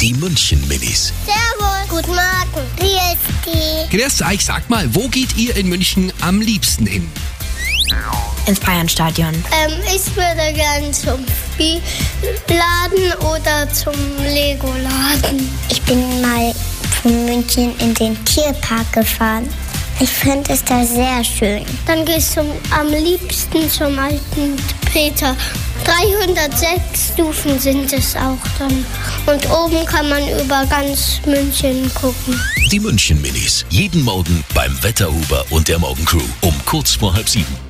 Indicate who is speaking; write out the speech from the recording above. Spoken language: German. Speaker 1: Die München-Minis.
Speaker 2: Servus. Guten Morgen. Wie ist die?
Speaker 1: Grüß euch, sag mal, wo geht ihr in München am liebsten hin?
Speaker 3: ins Bayernstadion.
Speaker 2: Ähm, ich würde gern zum Spielladen oder zum Lego-Laden.
Speaker 4: Ich bin mal von München in den Tierpark gefahren. Ich finde es da sehr schön.
Speaker 2: Dann gehe ich zum, am liebsten zum alten Peter. 306 Stufen sind es auch dann. Und oben kann man über ganz München gucken.
Speaker 1: Die München-Minis. Jeden Morgen beim Wetterhuber und der Morgencrew um kurz vor halb sieben.